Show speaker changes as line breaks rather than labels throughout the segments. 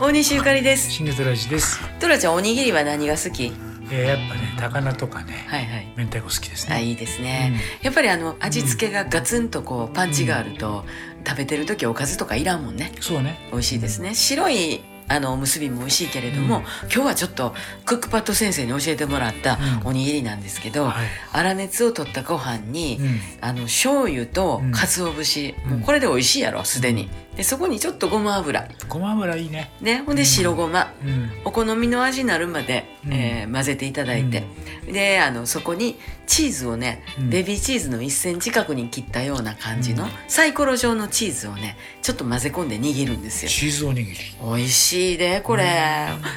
大西ゆかりです
新月ラジです、
トラちゃんおにぎりは何が好き
えー、やっぱね高菜とかね、
はいはい
明太子好きです
あ
ね
いいですね、やっぱりあの味付けがガツンとこうパンチがあると、食べてる時おかずとかいらんもんね
そうね
美味しいですね白いあのおむすびも美味しいけれども、
うん
今日はちょっとクックパッド先生に教えてもらった
うん
おにぎりなんですけど、
はい、
粗熱を取ったご飯に、
うん、
あの醤油と
うん
鰹節、
うん
もうこれで美味しいやろすでにでそこにちょっとごま油
ごま油いいね
ねほんで白ごま、
うん
お好みの味になるまで、
うん
えー混ぜていただいて、であのそこにチーズをね、
うん
ベビーチーズの1センチ角に切ったような感じの、
うん
サイコロ状のチーズをねちょっと混ぜ込んで握るんですよ
チーズおにぎり
美味しいでこれ、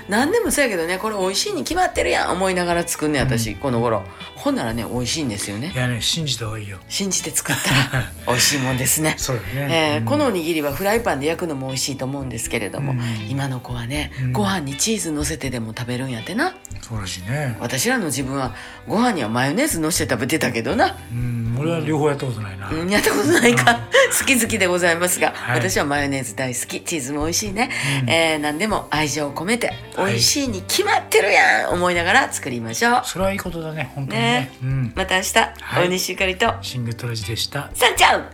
何でもそうやけどねこれ美味しいに決まってるやん思いながら作んね私、この頃ほんならね美味しいんですよ
い
ね
やね信じた方がいいよ
信じて作った ら美味しいもんですね
そうだ
え
ね、
ー
うん
このおにぎりはフライパンで焼くのも美味しいと思うんですけれども、
うん
今の子はね、
うん
ご飯にチーズ乗せてでも食べるんやってな
そうらしいね
私らの自分はご飯にはマヨネーズ乗せて食べてたけどな、
うん俺は両方やったことないな、
うんやったことない
うん
か好き好きでございますが、
はい
私はマヨネーズ大好きチーズも美味しいね、
うん
えー何でも愛情を込めて美
はい
味しいに決まってるやん、思いながら作りましょう
それはいいことだね本当にね
ね
うん
また明日、
はい
大西ゆかりと
シングトラジでした
さんちゃん